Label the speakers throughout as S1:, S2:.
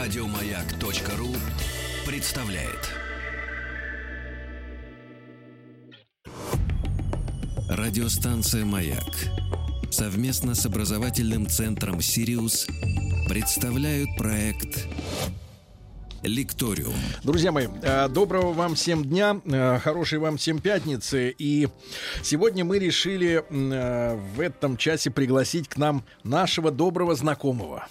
S1: Радиомаяк.ру представляет. Радиостанция «Маяк» совместно с образовательным центром «Сириус» представляют проект Лекториум.
S2: Друзья мои, э, доброго вам всем дня, э, хорошей вам всем пятницы. И сегодня мы решили э, в этом часе пригласить к нам нашего доброго знакомого.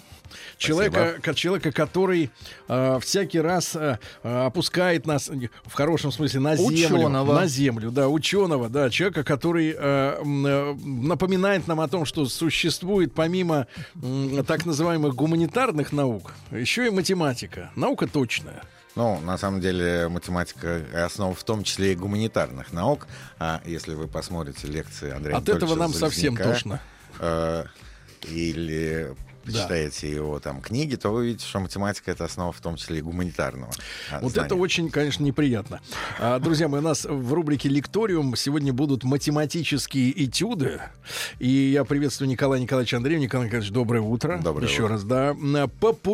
S2: Человека, ко- человека, который э, всякий раз э, э, опускает нас э, в хорошем смысле на землю,
S3: Ученого.
S2: на землю, да, ученого, да, человека, который э, м, э, напоминает нам о том, что существует помимо м, так называемых гуманитарных наук еще и математика, наука точная.
S4: Ну, на самом деле, математика — основа в том числе и гуманитарных наук. А если вы посмотрите лекции Андрея
S2: От этого
S4: Анатольевича
S2: нам совсем
S4: Залезняка,
S2: тошно.
S4: э, или почитаете его там книги, то вы видите, что математика — это основа в том числе и гуманитарного а,
S2: Вот
S4: знания.
S2: это очень, конечно, неприятно. А, друзья мои, у нас в рубрике «Лекториум» сегодня будут математические этюды. И я приветствую Николая Николаевича Андреева. Николай Николаевич, доброе утро.
S4: Доброе
S2: Еще
S4: утро.
S2: раз, да. М,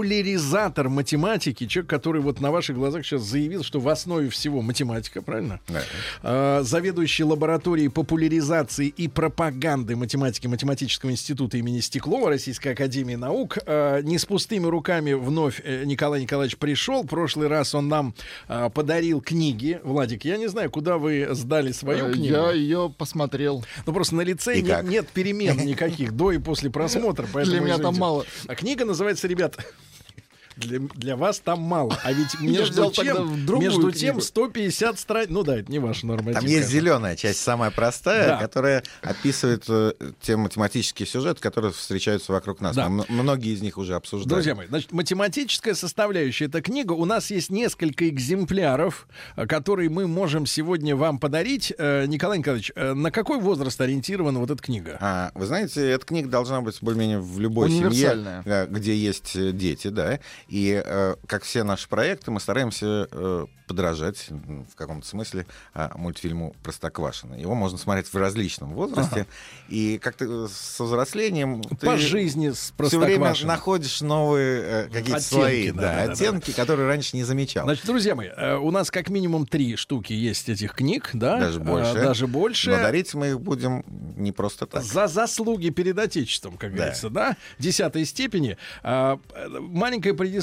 S2: Популяризатор математики, человек, который вот на ваших глазах сейчас заявил, что в основе всего математика, правильно?
S4: Да.
S2: А, заведующий лабораторией популяризации и пропаганды математики Математического института имени Стеклова Российской Академии Наук. А, Не с пустыми руками вновь э, Николай Николаевич пришел. Прошлый раз он нам а, подарил книги. Владик, я не знаю, куда вы сдали свою
S3: Э,
S2: книгу.
S3: Я ее посмотрел.
S2: Ну просто на лице
S4: И
S2: не-
S4: как?
S2: нет перемен никаких до и после просмотра. Поэтому,
S3: Для меня там
S2: извините.
S3: мало.
S2: А книга называется, ребят, для, для вас там мало. А ведь между
S3: ждал тогда в
S2: тем,
S3: другую
S2: между тем
S3: книгу.
S2: 150 страниц. Ну да, это не ваша норма.
S4: Там
S2: этика.
S4: есть зеленая часть, самая простая,
S2: Да.
S4: которая описывает э, те математические сюжеты, которые встречаются вокруг нас.
S2: Да.
S4: Мы м- многие из них уже обсуждали.
S2: Друзья мои, значит, математическая составляющая эта книга. У нас есть несколько экземпляров, э, которые мы можем сегодня вам подарить. Э, Николай Николаевич, э, на какой возраст ориентирована вот эта книга?
S4: А, вы знаете, эта книга должна быть более-менее в любой семье,
S3: Универсальная.
S4: э, где есть э, дети, да. И э, как все наши проекты, мы стараемся э, подражать м, в каком-то смысле а, мультфильму «Простоквашино». Его можно смотреть в различном возрасте. И как-то со взрослением ты
S2: По жизни с
S4: все время
S2: Простоквашино.
S4: находишь новые э, какие-то
S2: Оттенки,
S4: свои
S2: да,
S4: да,
S2: да, да,
S4: оттенки, которые раньше не замечал.
S2: Значит, друзья мои, э, у нас как минимум три штуки есть этих книг, да?
S4: даже больше.
S2: Э, Даже больше.
S4: Но дарить мы их будем не просто так.
S2: За заслуги перед Отечеством, как
S4: Да.
S2: говорится, да? Десятой степени. А, э, маленькое предисловие.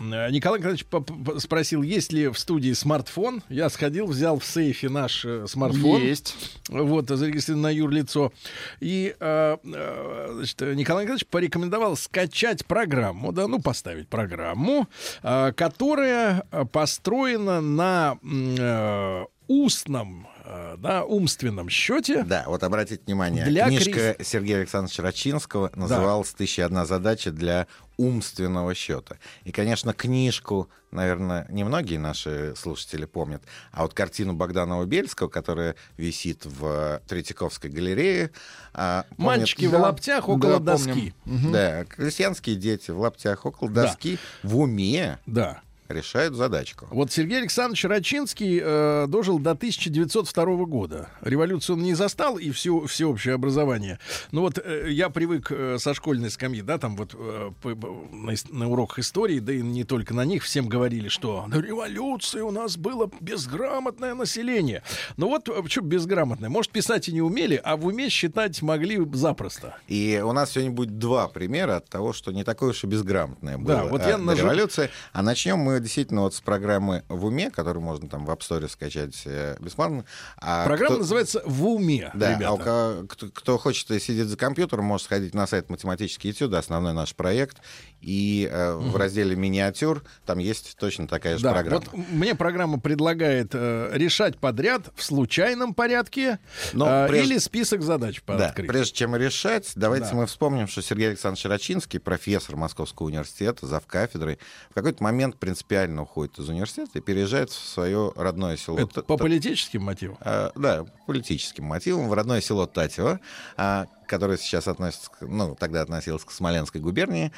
S2: Э, Николай Николаевич поп- п- спросил, есть ли в студии смартфон. Я сходил, взял в сейфе наш э, смартфон.
S3: Есть.
S2: Вот, зарегистрирован на юрлицо. И э, э, значит, Николай Николаевич порекомендовал скачать программу, да, ну, поставить программу, э, которая э, построена на м, э, устном, э, да, умственном счете.
S4: Да, вот обратите внимание,
S2: Для
S4: книжка Сергея Александровича Рачинского называлась «Тысяча и одна задача для умственного счета». И, конечно, книжку, наверное, немногие наши слушатели помнят, а вот картину Богдана Бельского, которая висит в э, Третьяковской галерее. а, помнят-
S2: Мальчики в
S4: Да.
S2: лаптях около
S3: да,
S2: доски.
S3: помним.
S4: Да, крестьянские дети в лаптях около
S2: Да.
S4: доски в уме
S2: Да.
S4: решают задачку.
S2: Вот Сергей Александрович Рачинский э, дожил до 1902 года. Революцию он не застал и все, всеобщее образование. Ну вот э, я привык э, со школьной скамьи, да, там вот э, п- п- на, ис- на уроках истории, да и не только на них, всем говорили, что на революции у нас было безграмотное население. Ну вот, что безграмотное? Может, писать и не умели, а в уме считать могли запросто.
S4: И у нас сегодня будет два примера от того, что не такое уж и безграмотное было
S2: Да, вот я
S4: э, до
S2: нажи-
S4: революции. А начнем мы действительно вот с программы в уме, которую можно там в App Store скачать э, бесплатно. А
S2: Программа
S4: кто-
S2: называется «В уме»,
S4: да,
S2: ребята.
S4: а у кого- кто, кто хочет и сидит за компьютером, может сходить на сайт «Математические этюды», основной наш проект, и э, в разделе «Миниатюр» там есть точно такая же
S2: Да,
S4: программа.
S2: вот мне программа предлагает э, решать подряд в случайном порядке
S4: Но
S2: э,
S4: прежде-
S2: или список задач по
S4: Да,
S2: открыть.
S4: прежде чем решать, давайте
S2: Да.
S4: мы вспомним, что Сергей Александрович Рачинский, профессор Московского университета, зав кафедрой, в какой-то момент принципиально уходит из университета и переезжает в свое родное село.
S2: Это
S4: Т-
S2: по
S4: Т-
S2: политическим мотивам.
S4: э, да, политическим мотивом в родное село Татьево, а, которое сейчас относится, к- ну, тогда относилось к Смоленской губернии,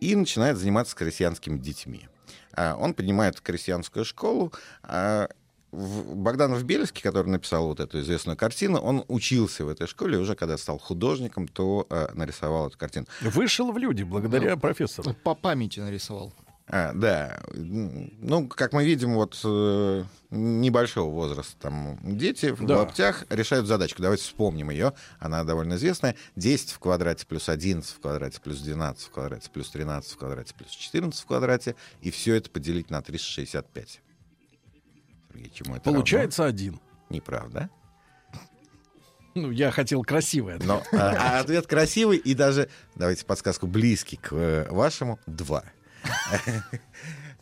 S4: и начинает заниматься крестьянскими детьми. А, Он поднимает крестьянскую школу. а, в- Богданов Бельский, который написал вот эту известную картину, он учился в этой школе, и уже когда стал художником, то э, нарисовал эту картину. Ну,
S2: Вышел в люди благодаря профессору.
S3: По памяти нарисовал.
S4: А, да. Ну, как мы видим, вот э, небольшого возраста там дети в
S2: Да.
S4: лаптях решают задачку. Давайте вспомним ее. Она довольно известная. 10 в квадрате плюс 11 в квадрате плюс 12 в квадрате плюс 13 в квадрате плюс 14 в квадрате. И все это поделить на 365. Сергей, чему это равно?
S2: Получается один.
S4: Неправда.
S2: Ну, я хотел красивое.
S4: Но а, а ответ красивый и даже, давайте подсказку, близкий к э, вашему, два.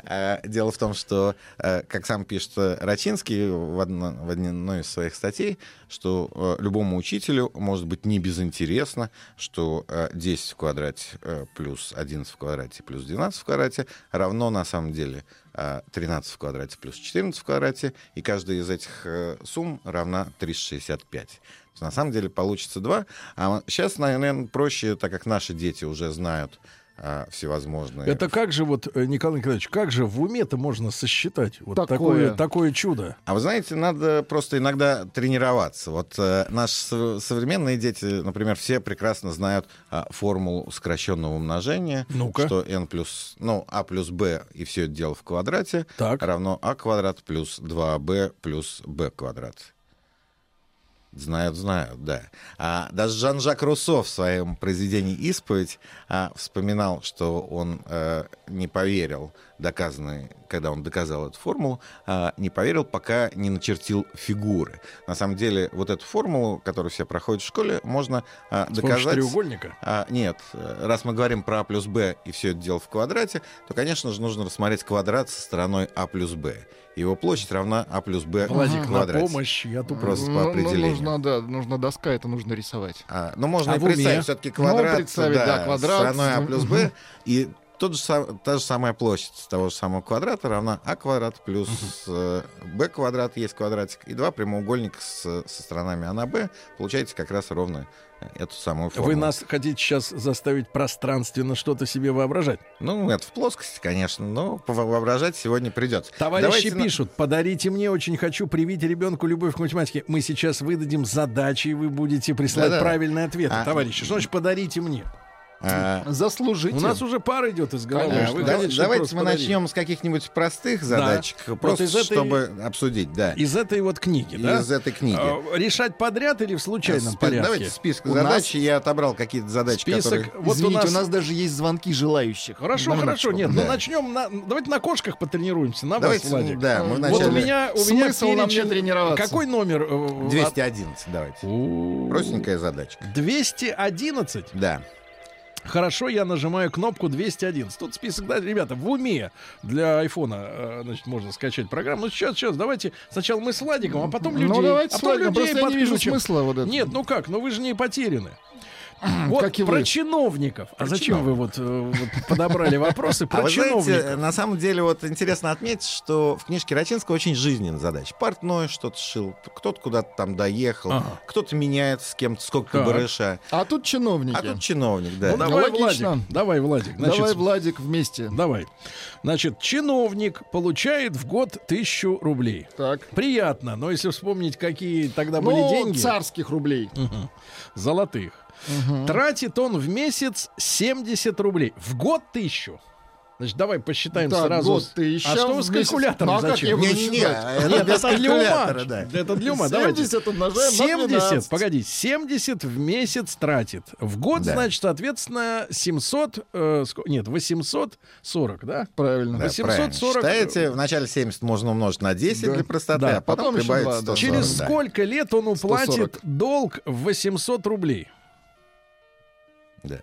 S4: А, Дело в том, что, э, как сам пишет э, Рачинский в одно- в одной из своих статей, что э, любому учителю может быть не безинтересно, что э, 10 в квадрате э, плюс 11 в квадрате плюс 12 в квадрате равно на самом деле э, 13 в квадрате плюс 14 в квадрате, и каждая из этих э, сумм равна 365. То есть На самом деле получится 2. А сейчас, наверное, проще, так как наши дети уже знают э, всевозможные...
S2: Это как же вот, э, Николай Николаевич, как же в уме-то можно сосчитать вот такое,
S3: Такое.
S2: такое, чудо?
S4: А вы знаете, надо просто иногда тренироваться. Вот э, наши со- современные дети, например, все прекрасно знают э, формулу сокращенного умножения.
S2: Ну-ка.
S4: Что n плюс, ну, a плюс b, и все это дело в квадрате,
S2: Так.
S4: равно a квадрат плюс 2b плюс b квадрат. Знают, знают, да. А, даже Жан-Жак Руссо в своем произведении «Исповедь» а, вспоминал, что он э, не поверил, доказанный, когда он доказал эту формулу, а, не поверил, пока не начертил фигуры. На самом деле, вот эту формулу, которую все проходят в школе, можно а,
S2: С помощью
S4: доказать...
S2: треугольника.
S4: А, нет, э, раз мы говорим про А плюс Б и все это дело в квадрате, то, конечно же, нужно рассмотреть квадрат со стороной А плюс Б. Его площадь равна А плюс Б в
S2: Владик, на
S4: квадрате.
S2: помощь, я тут
S4: Просто по
S3: Ну, ну,
S4: определению.
S3: нужна, да, нужна доска, это нужно рисовать.
S4: А, ну, можно
S2: А
S4: и
S2: в уме?
S4: представить, все-таки
S3: Ну,
S4: квадрат,
S3: представить, да, квадрат.
S4: стороной А плюс Б, и тот же, сам- та же самая площадь с того же самого квадрата равна А квадрат плюс э, Б квадрат, есть квадратик, и два прямоугольника с- со сторонами А на Б, получаете как раз ровно э, эту самую форму.
S2: Вы нас хотите сейчас заставить пространственно что-то себе воображать.
S4: Ну, это в плоскости, конечно, но пово- воображать сегодня придется.
S2: Товарищи
S4: Давайте на-
S2: пишут, подарите мне, очень хочу привить ребенку любовь к математике. Мы сейчас выдадим задачи, и вы будете присылать
S4: Да-да.
S2: правильные ответы.
S4: А.
S2: Товарищи, что значит подарите мне?
S4: А,
S3: Заслужите.
S2: У нас уже пар идет из головы.
S3: Конечно.
S2: а вы
S4: да-
S2: хотите, чтобы
S4: давайте
S2: просто
S4: мы
S2: подарили.
S4: начнем с каких-нибудь простых задачек,
S2: Вот
S4: просто
S2: из этой-
S4: чтобы обсудить, да, из,
S2: Из этой вот книги, да?
S4: этой книги.
S2: А, Решать подряд или в случайном
S4: Спи-
S2: порядке?
S4: Давайте список
S3: У
S4: задач. Я отобрал какие-то задачи,
S2: Список.
S4: которые...
S2: вот
S3: Извините,
S2: у
S3: у
S2: нас-
S3: нас... даже есть звонки желающих.
S2: Хорошо,
S3: Минуточку.
S2: хорошо, нет,
S4: Да.
S2: ну начнем, на, давайте на кошках потренируемся, на
S4: Давайте,
S2: вас, Владик.
S4: да, мы
S3: Вот
S4: вначале...
S2: Вот у меня, у меня
S3: Смысл нам не
S2: перечень-
S3: тренироваться.
S2: Какой номер? э,
S4: 211, давайте.
S2: от-
S4: Простенькая задачка.
S2: 211.
S4: Да.
S2: Хорошо, я нажимаю кнопку 211. Тут список, да, ребята, в уме для айфона, э, значит, можно скачать программу. Ну, сейчас, сейчас, давайте сначала мы с Владиком, а потом людей.
S3: Ну давайте
S2: а
S3: с
S2: потом
S3: Владиком,
S2: людей
S3: просто я не вижу
S2: подключим.
S3: смысла вот этого.
S2: Нет, ну как, ну вы же не потеряны. Вот
S3: Как и
S2: про
S3: вы.
S2: чиновников. А зачем вы вот, э, вот подобрали вопросы
S4: А
S2: про
S4: вы знаете,
S2: чиновников?
S4: на самом деле вот интересно отметить, что в книжке Рачинского очень жизненная задача. Портной что-то шил, кто-то куда-то там доехал,
S2: Ага.
S4: кто-то меняется с кем-то, сколько
S2: Так.
S4: барыша.
S3: А тут чиновники.
S4: А тут чиновник, да.
S2: Ну давай,
S3: логично.
S2: Владик. Давай, Владик. Значит,
S3: Давай, Владик, вместе.
S2: давай. Значит, чиновник получает в год тысячу рублей.
S3: Так.
S2: Приятно, но если вспомнить, какие тогда
S3: Ну,
S2: были деньги.
S3: царских рублей.
S2: Мгм. Золотых. Тратит он в месяц 70 рублей. В год тысячу. Значит, давай посчитаем
S3: Так,
S2: сразу.
S3: год тысяча
S2: а что вы
S3: в
S2: с
S3: месяц.
S2: калькулятором?
S3: Ну, а как
S2: зачем?
S3: я буду
S4: Не-не-не,
S3: считать?
S4: это
S2: Нет,
S4: без
S2: это для ума.
S4: калькулятора, да.
S2: Это для ума. Давайте.
S3: 70 умножаем на
S2: 70,
S3: 12.
S2: погоди, 70 в месяц тратит. В год,
S4: Да.
S2: значит, соответственно, 700... э, ско- нет, 840, да?
S3: Правильно.
S4: Да,
S2: 840.
S4: правильно. Считаете, вначале 70 можно умножить на 10
S3: Да.
S4: для простоты,
S2: Да.
S4: а потом,
S3: Потом еще
S4: прибавить
S3: два, да.
S4: 140.
S2: Через
S4: да.
S2: сколько лет он уплатит
S3: 140.
S2: долг в 800 рублей?
S4: Да.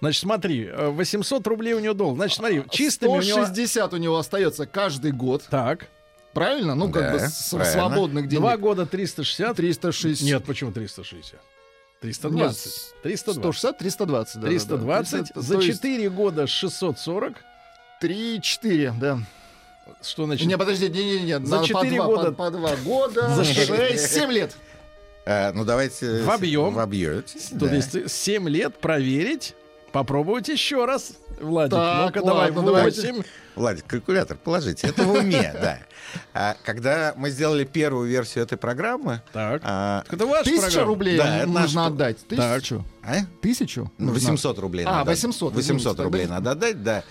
S2: Значит, смотри, э, 800 рублей у него долг. Значит, смотри, чистыми у него...
S3: 160 у него остается каждый год.
S2: Так,
S3: Правильно? Ну, как
S4: Да,
S3: бы с-
S4: правильно.
S3: свободных денег.
S2: два года 360.
S3: 360.
S2: Нет, почему 360? 320. 320.
S3: 160, 320. да,
S2: 320.
S3: да, да.
S2: За
S3: 4.
S2: 4 года 640.
S3: 3, 4, да.
S2: Что значит?
S3: Не, подожди, не, не, не.
S2: За
S3: на- по
S2: четыре
S3: два-
S2: года.
S3: По, по два года.
S2: За
S3: За
S2: шесть.
S3: 6, 7 лет.
S4: А, ну давайте...
S2: В объем.
S4: В объете.
S2: Тут
S4: да.
S2: есть 7 лет проверить. Попробовать еще раз, Владик.
S3: Так,
S2: Ну-ка, давай,
S3: ладно, давайте.
S2: восемь.
S4: Владик, калькулятор, положите. Это в уме, да. А, когда мы сделали первую версию этой программы,
S2: Так.
S4: а,
S2: Это ваша
S3: Тысяча
S2: программа.
S3: рублей
S4: Да, это наш
S3: нужно
S4: пр-
S3: отдать.
S2: Так.
S3: Тысячу?
S4: а?
S3: Тысячу?
S4: Ну,
S3: нужно.
S4: 800 рублей
S3: А,
S4: надо.
S3: 800, извините,
S4: 800 рублей
S3: тогда-
S4: надо отдать, да.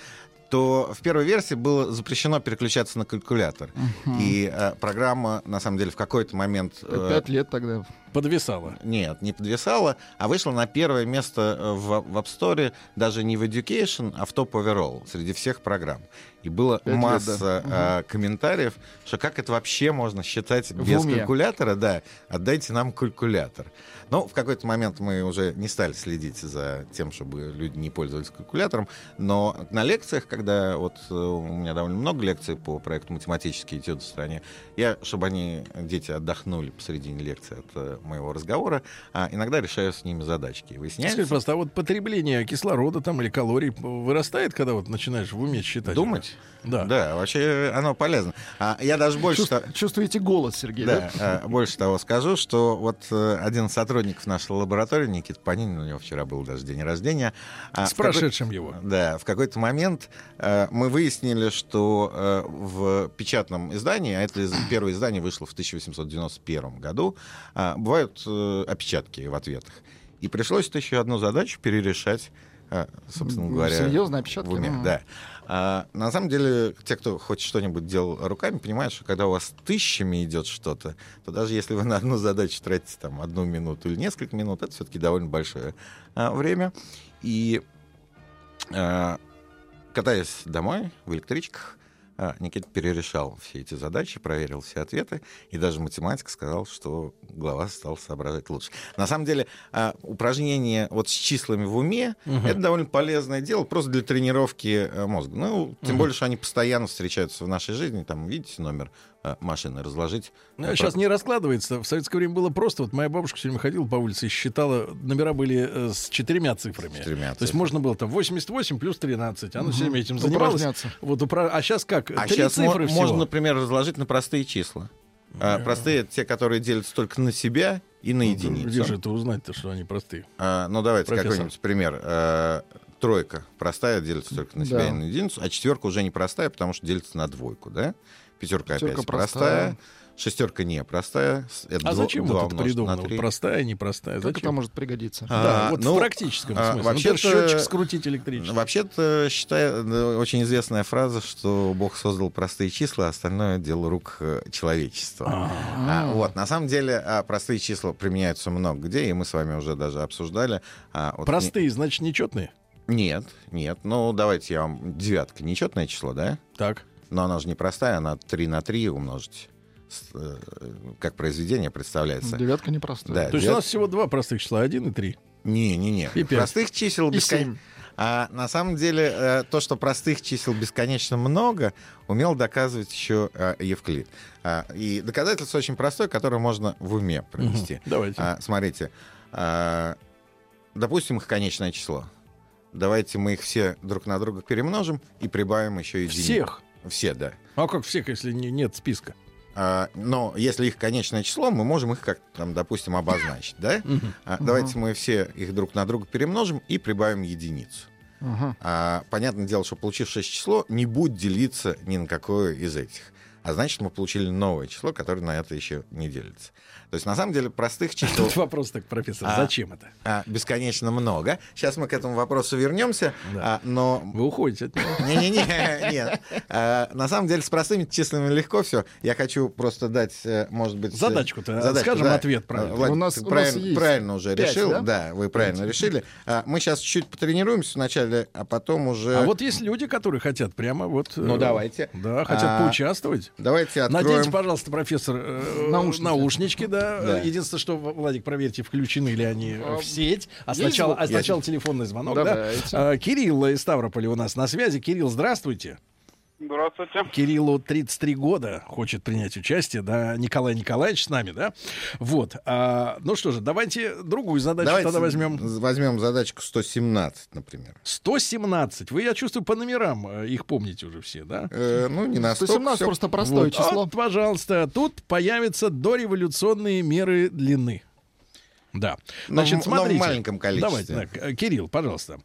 S4: то в первой версии было запрещено переключаться на калькулятор. И э, программа, на самом деле, в какой-то момент... э,
S3: Пять лет тогда.
S2: Подвисало.
S4: нет, не подвисала, а вышла на первое место э, в, в App Store, даже не в Education, а в Top Overall, среди всех программ. И было
S3: Пять лет,
S4: масса
S3: да.
S4: э, комментариев, что как это вообще можно считать без
S3: уме.
S4: калькулятора, да, отдайте нам калькулятор. Но в какой-то момент мы уже не стали следить за тем, чтобы люди не пользовались калькулятором, но на лекциях, когда вот э, у меня довольно много лекций по проекту «Математические этюды в стране», я, чтобы они, дети, отдохнули посредине лекции от э, моего разговора, а иногда решаю с ними задачки. И
S2: Скажите,
S4: Выясняется,
S2: просто, а вот потребление кислорода там или калорий вырастает, когда вот начинаешь в уме считать?
S4: думать?
S2: Да.
S4: Да, вообще оно полезно. А я даже больше...
S3: Чувств-
S4: ста-
S3: Чувствуете голод, Сергей, да?
S4: Да, э, больше того скажу, что вот э, один из сотрудников нашей лаборатории, Никита Панин, у него вчера был даже день рождения. а,
S2: С
S4: в какой-
S2: прошедшим его.
S4: Да, в какой-то момент э, мы выяснили, что э, в печатном издании, а это из- первое издание вышло в 1891 году, а, бывают э, опечатки в ответах. И пришлось вот еще одну задачу перерешать, а, собственно
S3: М, ну,
S4: говоря.
S3: серьезные опечатки?
S4: В уме,
S3: Мгм.
S4: да. А, на самом деле, те, кто хоть что-нибудь делал руками, понимают, что когда у вас тысячами идет что-то, то даже если вы на одну задачу тратите там одну минуту или несколько минут, это все-таки довольно большое а, время. И а, катаясь домой в электричках, а, Никита перерешал все эти задачи, проверил все ответы, и даже математик сказал, что глава стал соображать лучше. На самом деле, а, упражнение вот с числами в уме
S2: Мгм.
S4: это довольно полезное дело просто для тренировки э, мозга. Ну, тем
S2: Мгм.
S4: более, что они постоянно встречаются в нашей жизни. Там, видите, номер э, машины разложить. э,
S2: Ну, а сейчас не раскладывается. В советское время было просто. Вот моя бабушка все время ходила по улице и считала, номера были э, с четырьмя цифрами.
S4: Четырьмя
S2: То есть
S4: цифрами. Ну,
S2: можно было там 88 плюс 13. Она все время этим
S3: Мгм.
S2: занималась.
S3: Упражняться.
S2: Вот упра- А сейчас как?
S4: А
S2: Три
S4: сейчас мо-
S2: цифры всего.
S4: можно, например, разложить на простые числа. А, простые — это те, которые делятся только на себя и на единицу.
S2: Ну, Где же это узнать-то, что они простые?
S4: А, ну, давайте
S2: Профессор.
S4: какой-нибудь пример. Э, тройка простая, делится только на себя
S3: Да.
S4: и на единицу, а четверка уже не простая, потому что делится на двойку, да? Пятерка
S3: Пятерка
S4: опять
S3: простая.
S4: простая, шестерка не простая. С- это
S2: А
S4: дво-
S2: зачем
S4: два
S2: вот это
S4: умножить на
S2: придумано? Вот
S4: три.
S2: Простая, непростая.
S3: Как это
S2: зачем?
S3: может пригодиться?
S2: Да,
S4: А,
S2: вот в
S4: ну,
S2: практическом
S4: а,
S2: смысле.
S4: вообще-то-
S2: Например, счетчик скрутить электрический.
S4: Вообще-то считаю, да, очень известная фраза, что Бог создал простые числа, а остальное дело рук э, человечества.
S2: А,
S4: А, вот, на самом деле, а, простые числа применяются много где, и мы с вами уже даже обсуждали. а, вот
S2: Простые, значит, нечетные?
S4: не- нет, нет. Ну, давайте я вам... Девятка — нечетное число, да?
S2: Так.
S4: Но она же не простая, она 3 на 3 умножить. с- э, Как произведение представляется.
S3: ну, Девятка непростая.
S4: Да.
S2: То есть
S4: Девят-
S2: у нас всего два простых числа, один и три.
S4: Не-не-не.
S2: И пять.
S4: Простых чисел
S3: И
S4: бескон-
S3: семь.
S4: А на самом деле э, то, что простых чисел бесконечно много, умел доказывать еще э, Евклид. А, и доказательство очень простое, которое можно в уме провести.
S2: Давайте.
S4: А, смотрите, а, допустим, их конечное число. Давайте мы их все друг на друга перемножим и прибавим еще единицу.
S2: Всех.
S4: Все, да.
S2: А как всех, если не- нет списка?
S4: А, но если их конечное число, мы можем их как-то там, допустим, обозначить, да? А, давайте мы все их друг на друга перемножим и прибавим единицу.
S3: Ага.
S4: А, понятное дело, что получившееся число не будет делиться ни на какое из этих. А значит, мы получили новое число, которое на это еще не делится. То есть, на самом деле, простых чисел
S2: Тут вопрос так, профессор,
S4: А.
S2: зачем это?
S4: а, бесконечно много. Сейчас мы к этому вопросу вернемся,
S2: Да.
S4: а, но
S2: Вы уходите от него.
S4: не-не-не, нет. А, На самом деле с простыми числами легко все. Я хочу просто дать, э, может быть... э,
S2: Задачку-то, а скажем ответ правильный.
S4: Влад,
S3: У нас-
S4: ты
S3: у нас
S4: правильно,
S3: есть
S4: правильно уже
S3: пять,
S4: решил.
S3: да?
S4: Да? вы правильно решили. А, Мы сейчас чуть потренируемся вначале, а потом уже...
S2: А вот есть люди, которые хотят прямо вот... э,
S4: Ну, давайте.
S2: Да, хотят
S4: А,
S2: поучаствовать.
S4: Давайте откроем...
S2: Наденьте, пожалуйста, профессор, э,
S3: Наушники.
S2: наушнички, да.
S4: Да. Э,
S2: Единственное, что, Владик, проверьте, включены ли они
S3: А,
S2: в сеть. А
S3: есть
S2: сначала, а
S3: звук?
S2: сначала телефонный звонок, да.
S3: Давайте.
S2: А, Кирилл из Ставрополя у нас на связи. Кирилл, здравствуйте.
S5: Здравствуйте.
S2: Кириллу 33 года, хочет принять участие, да, Николай Николаевич с нами, да? Вот, а, ну что же, давайте другую задачу
S4: Давайте
S2: тогда возьмем.
S4: Возьмем задачку 117, например.
S2: 117, вы, я чувствую, по номерам э, их помните уже все, да?
S4: Э, Ну, не настолько
S3: 117
S4: всё.
S3: просто простое
S2: Вот.
S3: число.
S2: Вот, пожалуйста, тут появятся дореволюционные меры длины. Да.
S4: Но
S2: Значит,
S4: в- но в
S2: смотрите.
S4: маленьком количестве.
S2: Давайте, так, э, Кирилл, пожалуйста.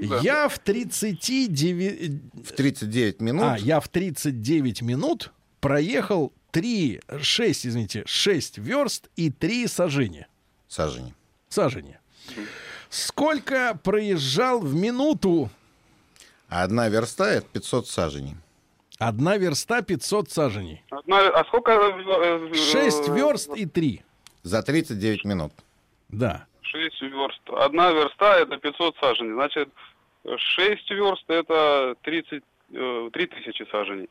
S5: Да.
S2: Я в 39...
S4: В 39 минут.
S2: А, я в 39 минут проехал 3, 6, извините, 6 верст и 3 сажения.
S4: Сажени.
S2: Сажения. Сколько проезжал в минуту?
S4: А одна верста — это 500 саженей.
S2: Одна верста 500 саженей.
S5: Одна- а сколько? э, э,
S2: Шесть
S5: э,
S2: верст и три.
S4: За 39 минут.
S2: Да.
S5: Шесть верст. Одна верста это 500 саженей. Значит, шесть верст это 30, э, 3000 саженей.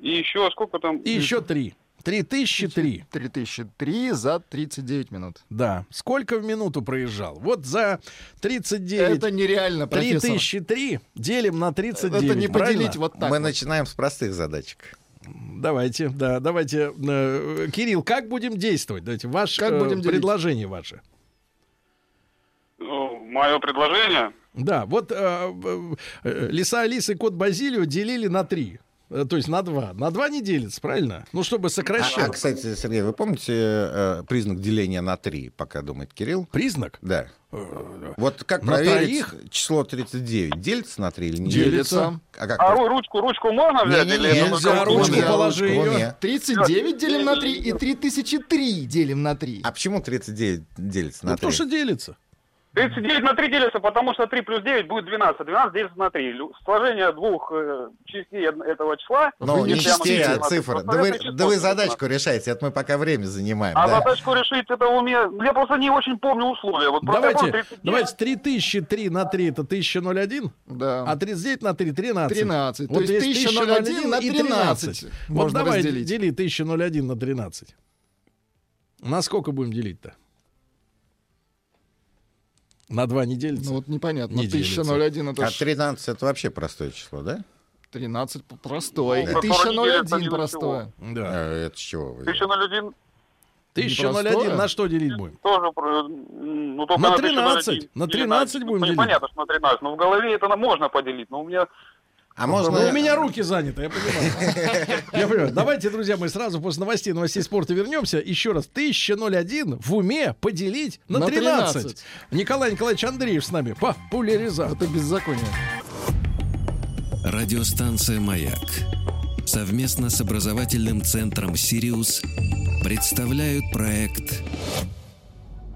S5: И еще сколько там?
S2: И еще три. Три тысячи три.
S3: 3003 за 39 минут.
S2: Да. Сколько в минуту проезжал? Вот за 39...
S3: Это нереально, профессор.
S2: 3003 делим на 39.
S3: Это не
S2: правильно?
S3: поделить вот так.
S4: Мы
S3: вот.
S4: начинаем с простых задачек.
S2: Давайте, да, давайте. э, Кирилл, как будем действовать? Давайте, ваше э,
S3: Как будем делить?
S2: предложение ваше.
S5: Мое Ну, предложение.
S2: Да, вот э, э, э, Лиса Алиса и Кот Базилио делили на три. Э, То есть на два. На два не делится, правильно? Ну, чтобы
S4: А, а,
S2: сокращать.
S4: кстати, Сергей, вы помните э, признак деления на 3, пока думает
S3: А,
S4: Кирилл?
S2: Признак?
S4: Да.
S2: Э,
S4: Вот как
S2: На
S4: проверить
S2: троих?
S4: число 39? Делится на 3 или не
S2: Делится.
S4: А как?
S5: А ну ру- ручку, ручку можно взять?
S4: Не-не-не,
S5: или это
S2: нельзя,
S5: только-
S2: ручку
S4: Луне,
S2: положи её.
S4: Луне.
S3: 39 делим на 3 и 3003 делим на 3.
S4: А почему 39 делится
S2: Ну,
S4: на 3?
S2: потому что делится.
S5: 39 на 3 делится, потому что 3 плюс 9 будет 12. 12 делится на 3. Сложение двух э, частей од- этого числа.
S4: Ну,
S3: Вы не
S4: не
S5: прямо
S4: частей, а
S5: делится.
S4: цифр. Да
S5: Просто
S4: вы,
S5: это число
S4: да вы
S5: делится.
S4: задачку решаете, это мы пока время занимаем.
S5: А
S4: да.
S5: задачку решить это у меня... Я просто не очень помню условия. Вот просто я помню
S2: Давайте,
S5: 39.
S2: давайте 3003 на 3 это 1001,
S3: Да.
S2: а 39 на 3 13.
S3: 13.
S2: Вот
S3: То есть 1001 на
S2: и
S3: 13.
S2: Вот
S3: Можно
S2: давай
S3: разделить.
S2: дели 1001 на 13. На сколько будем делить-то? На 2 не делится?
S3: Ну вот непонятно.
S2: Не
S3: 1001 это
S4: А
S3: ж
S4: 13 это вообще простое число, да?
S3: 13 п- простое. И
S5: Да.
S3: 1001
S5: 41
S3: простое.
S2: да.
S4: Э, Это с чего вы?
S5: Еще на людей
S2: 1001
S3: непростое.
S2: на что делить будем?
S5: тоже... про- м, Ну, только
S2: На
S5: надо еще
S2: 13,
S5: один.
S2: на
S5: Или
S2: 13 будем
S5: ну,
S2: делить.
S5: Понятно, что на 13. Но в голове это на- можно поделить. Но у меня...
S4: А можно...
S2: Ну, у меня руки заняты, я понимаю. Я понимаю. Давайте, друзья, мы сразу после новостей, новостей спорта вернемся. Еще раз, 1001 в уме поделить на
S3: На
S2: 13.
S3: 13.
S2: Николай Николаевич Андреев с нами, популяризатор.
S3: Это беззаконие.
S1: Радиостанция «Маяк» совместно с образовательным центром «Сириус» представляют проект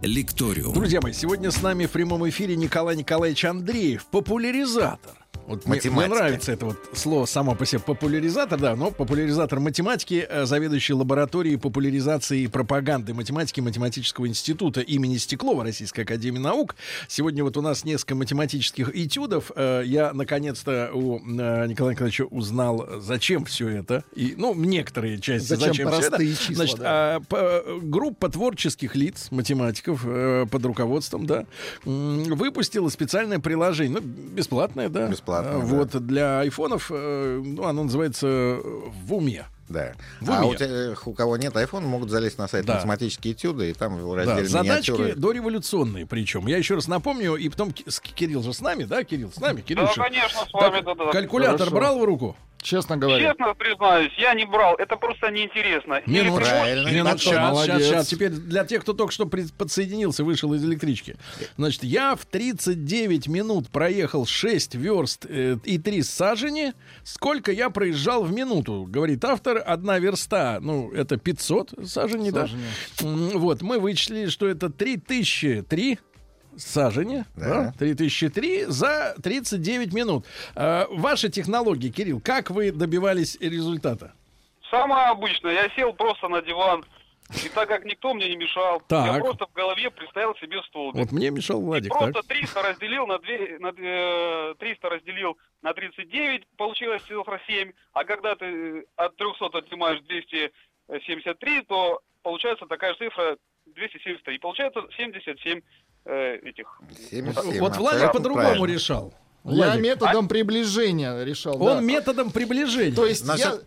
S1: «Лекториум».
S2: Друзья мои, сегодня с нами в прямом эфире Николай Николаевич Андреев, популяризатор. Вот мне- мне,
S4: Математика.
S2: нравится это вот слово само по себе популяризатор, да, но популяризатор математики, э, заведующий лабораторией популяризации и пропаганды математики Математического института имени Стеклова Российской Академии Наук. Сегодня вот у нас несколько математических этюдов. Э, Я наконец-то у э, Николая Николаевича узнал, э, зачем все это. И, ну, некоторые части.
S3: Зачем
S2: всё это.
S3: простые числа,
S2: Значит,
S3: да.
S2: а, а, п- э, группа творческих лиц, математиков э, под руководством, да, м, выпустила специальное приложение, ну, бесплатное, да?
S4: Бесплатное,
S2: Э,
S4: да.
S2: Вот, для айфонов, э, ну, оно называется э, «В уме».
S4: Да.
S2: В
S4: а
S2: уме.
S4: у тех, у кого нет iPhone, могут залезть на сайт
S2: Да.
S4: математические этюды, и там в
S2: Да,
S4: разделе
S2: задачки
S4: миниатюры.
S2: дореволюционные причем. Я еще раз напомню, и потом Ки- с- Кирилл же с нами, да, Кирилл, с нами, Кирюша?
S5: Да, конечно, с вами,
S2: Так,
S5: да-да.
S2: Калькулятор
S3: Хорошо.
S2: брал в руку?
S3: Честно говоря.
S5: Честно признаюсь, я не брал. Это просто неинтересно. Или
S2: Минут-
S5: приходишь-
S4: Правильно.
S2: Минут,
S4: Потом.
S2: сейчас, сейчас,
S3: Молодец.
S2: сейчас. Теперь для тех, кто только что при- подсоединился, вышел из электрички. Значит, я в 39 минут проехал 6 верст э, и 3 сажени. Сколько я проезжал в минуту? Говорит автор, одна верста, ну, это 500 саженей, да?
S3: Саженей.
S2: М, Вот, мы вычислили, что это 3003 сажени,
S4: Да.
S2: да, 3003 за 39 минут. А, ваши технологии, Кирилл, как вы добивались результата?
S5: Самое обычное. Я сел просто на диван. И так как никто мне не мешал, я
S2: Так.
S5: просто в голове представил себе столбик.
S2: Вот мне мешал Владик, так?
S5: Просто 300 разделил на, две- на две- 300 разделил на 39, получилось цифра 7. А когда ты от 300 отнимаешь 273, то получается такая же цифра 273. И получается 77 э, этих.
S3: Ну,
S4: 77,
S2: А, Вот Владик
S4: абсолютно
S2: по-другому
S4: правильно.
S2: решал.
S3: Я
S2: Владик. А
S3: методом приближения решал.
S2: Он
S3: да.
S2: методом приближения.
S3: То есть я...
S4: Насчет-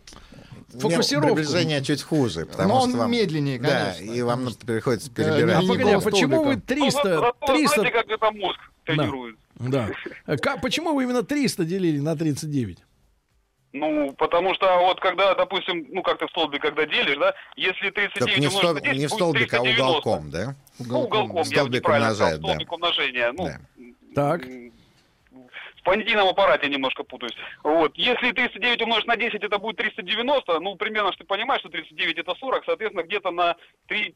S2: фокусировку.
S4: Нет, приближение чуть хуже, потому
S3: Но
S4: что
S3: он
S4: вам...
S3: медленнее,
S4: Да,
S3: конечно,
S4: и вам приходится
S3: Да,
S2: А
S4: перебирать.
S3: не-
S2: погоди, а
S3: было
S2: почему вы
S3: столбика.
S2: 300...
S5: Ну, зато
S2: 300
S5: знаете, как это мозг тренирует?
S2: да. А ка- почему вы именно 300 делили на 39?
S5: Ну, потому что вот когда, допустим, ну как ты в столбик, когда делишь, да, если 39
S4: Только не в,
S5: умножить на
S4: стол-
S5: 10,
S4: не в
S5: будет
S4: столбик, а
S5: 390.
S4: уголком, да?
S5: Ну, уголком, я
S4: Столбик
S5: неправильно
S4: умножает,
S5: сказал, столбик умножения. Ну,
S4: Да.
S2: Так.
S5: м, В понятийном аппарате немножко путаюсь. Вот. Если 39 умножить на 10, это будет 390. Ну, примерно, что ты понимаешь, что 39 это 40, соответственно, где-то на 3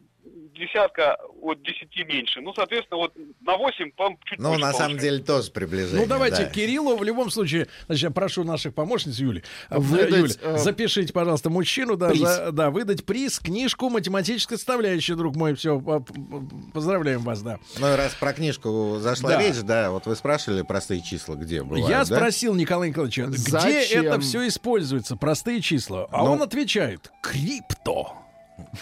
S5: десятка от 10 меньше. Ну, соответственно, вот на 8 там чуть
S4: Ну,
S5: больше
S4: на самом
S5: получается.
S4: деле тоже приближение.
S2: Ну, давайте
S4: да.
S2: Кириллу в любом случае. Значит, я прошу наших помощниц, Юли. а,
S3: Выдать,
S2: Юль,
S3: э,
S2: запишите, пожалуйста, мужчину, да,
S3: приз.
S2: за- да, выдать приз, книжку математической составляющей, друг мой. Все, поздравляем вас, да.
S4: Ну, и раз про книжку зашла
S2: Да.
S4: речь, да, вот вы спрашивали простые числа, где бывают,
S2: я
S4: да?
S2: спросил Николая Николаевича, где
S3: Зачем?
S2: это все используется, простые числа. А
S4: Ну.
S2: он отвечает: крипто.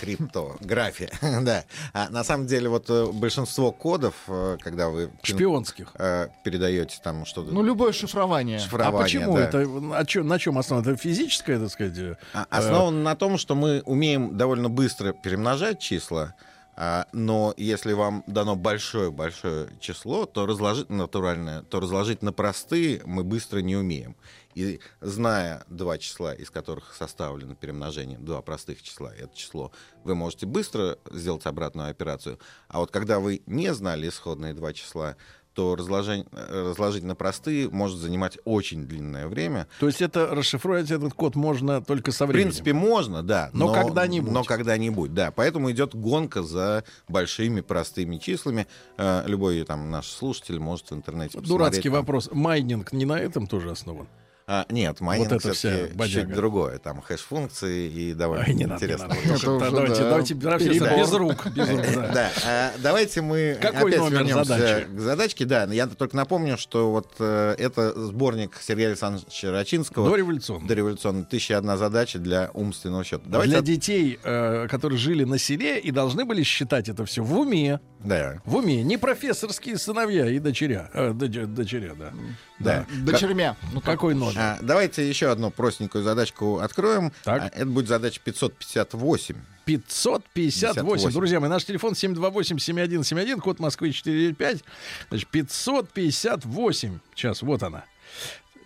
S4: Криптография, да. А на самом деле, вот э, большинство кодов, э, когда вы пин-
S2: Шпионских.
S4: э, передаете там что-то...
S3: Ну, любое шифрование.
S2: А
S4: шифрование,
S2: почему
S4: да.
S2: это? На чем, на чем основано? Это физическое, так сказать? э,
S4: А- Основано на том, что мы умеем довольно быстро перемножать числа, а, но если вам дано большое-большое число, то разложить натуральное, то разложить на простые мы быстро не умеем. И зная два числа, из которых составлено перемножение, два простых числа, и это число, вы можете быстро сделать обратную операцию. А вот когда вы не знали исходные два числа, то разложень- разложить на простые может занимать очень длинное время,
S2: То есть это расшифровать этот код можно только со
S4: в
S2: временем.
S4: принципе, можно, да.
S2: Но когда-нибудь.
S4: Но когда-нибудь, да. Поэтому идет гонка за большими простыми числами. Э, Любой там наш слушатель может в интернете посмотреть.
S2: Дурацкий
S4: там.
S2: вопрос. Майнинг не на этом тоже основан?
S4: А, нет, майнинг
S2: это
S4: всё-таки
S2: вся бодяга.
S4: чуть другое. Там хэш-функции и довольно
S2: Ай, не надо, не
S4: интересно. ну,
S2: надо.
S3: Это
S2: Чтоб-
S3: уже,
S2: давайте,
S3: да.
S2: давайте, давайте
S4: Перебор.
S2: без рук. Без рук да.
S4: Да, а, давайте мы
S2: Какой
S4: опять
S2: номер
S4: вернемся
S2: задачи?
S4: к задачке. Да, я только напомню, что вот э, это сборник Сергея Александровича Рачинского
S2: До революционного.
S4: дореволюционный «1001 задача для умственного счета».
S2: Для
S4: Давайте... от-
S2: детей, э, которые жили на селе и должны были считать это все в уме.
S4: Да,
S2: В уме. Не профессорские сыновья и дочеря. Э, доч- дочеря, да.
S4: да.
S3: Дочерьмя. Ну, так.
S2: Какой номер?
S4: А, давайте еще одну простенькую задачку откроем.
S2: Так.
S4: А, это будет задача 558.
S2: 558.
S4: 58.
S2: Друзья мои, наш телефон 728-7171, код Москвы 495. Значит, 558. Сейчас, вот она.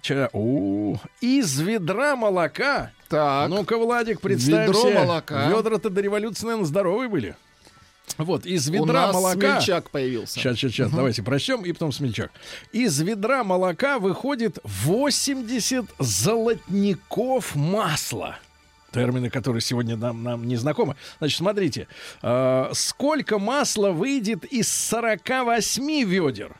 S2: Ча- у, Из ведра молока.
S3: Так.
S2: Ну-ка, Владик, представим
S3: Ведро
S2: себе.
S3: молока.
S2: Ведра-то до революции, наверное, здоровые были. Вот, из
S3: У
S2: ведра
S3: нас
S2: молока...
S3: смельчак появился.
S2: Сейчас, сейчас, сейчас, давайте прочтем, и потом смельчак. Из ведра молока выходит 80 золотников масла. Термины, которые сегодня нам, нам не знакомы. Значит, смотрите, э, сколько масла выйдет из 48 ведер?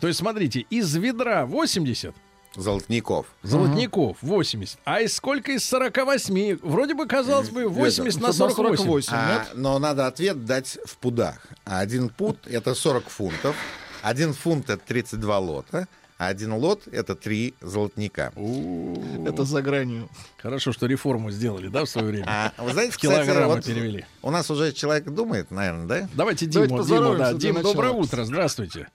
S2: То есть, смотрите, из ведра 80,
S4: Золотников.
S2: золотников 80, а из сколько из 48? Вроде бы, казалось бы, 80 на 48.
S4: А,
S3: нет?
S4: но надо ответ дать в пудах. А Один пуд — это 40 фунтов. Один фунт — это 32 лота. А один лот — это три золотника.
S2: а,
S3: Это за гранью.
S2: Хорошо, что реформу сделали, да, в свое время?
S4: А, вы знаете,
S2: В килограммы
S4: кстати, вот
S2: перевели.
S4: у нас уже человек думает, наверное, да?
S2: Давайте
S3: Давайте
S2: Диму, Диму,
S3: поздороваемся
S2: да.
S3: для
S2: Дим,
S3: начала.
S2: доброе утро, здравствуйте.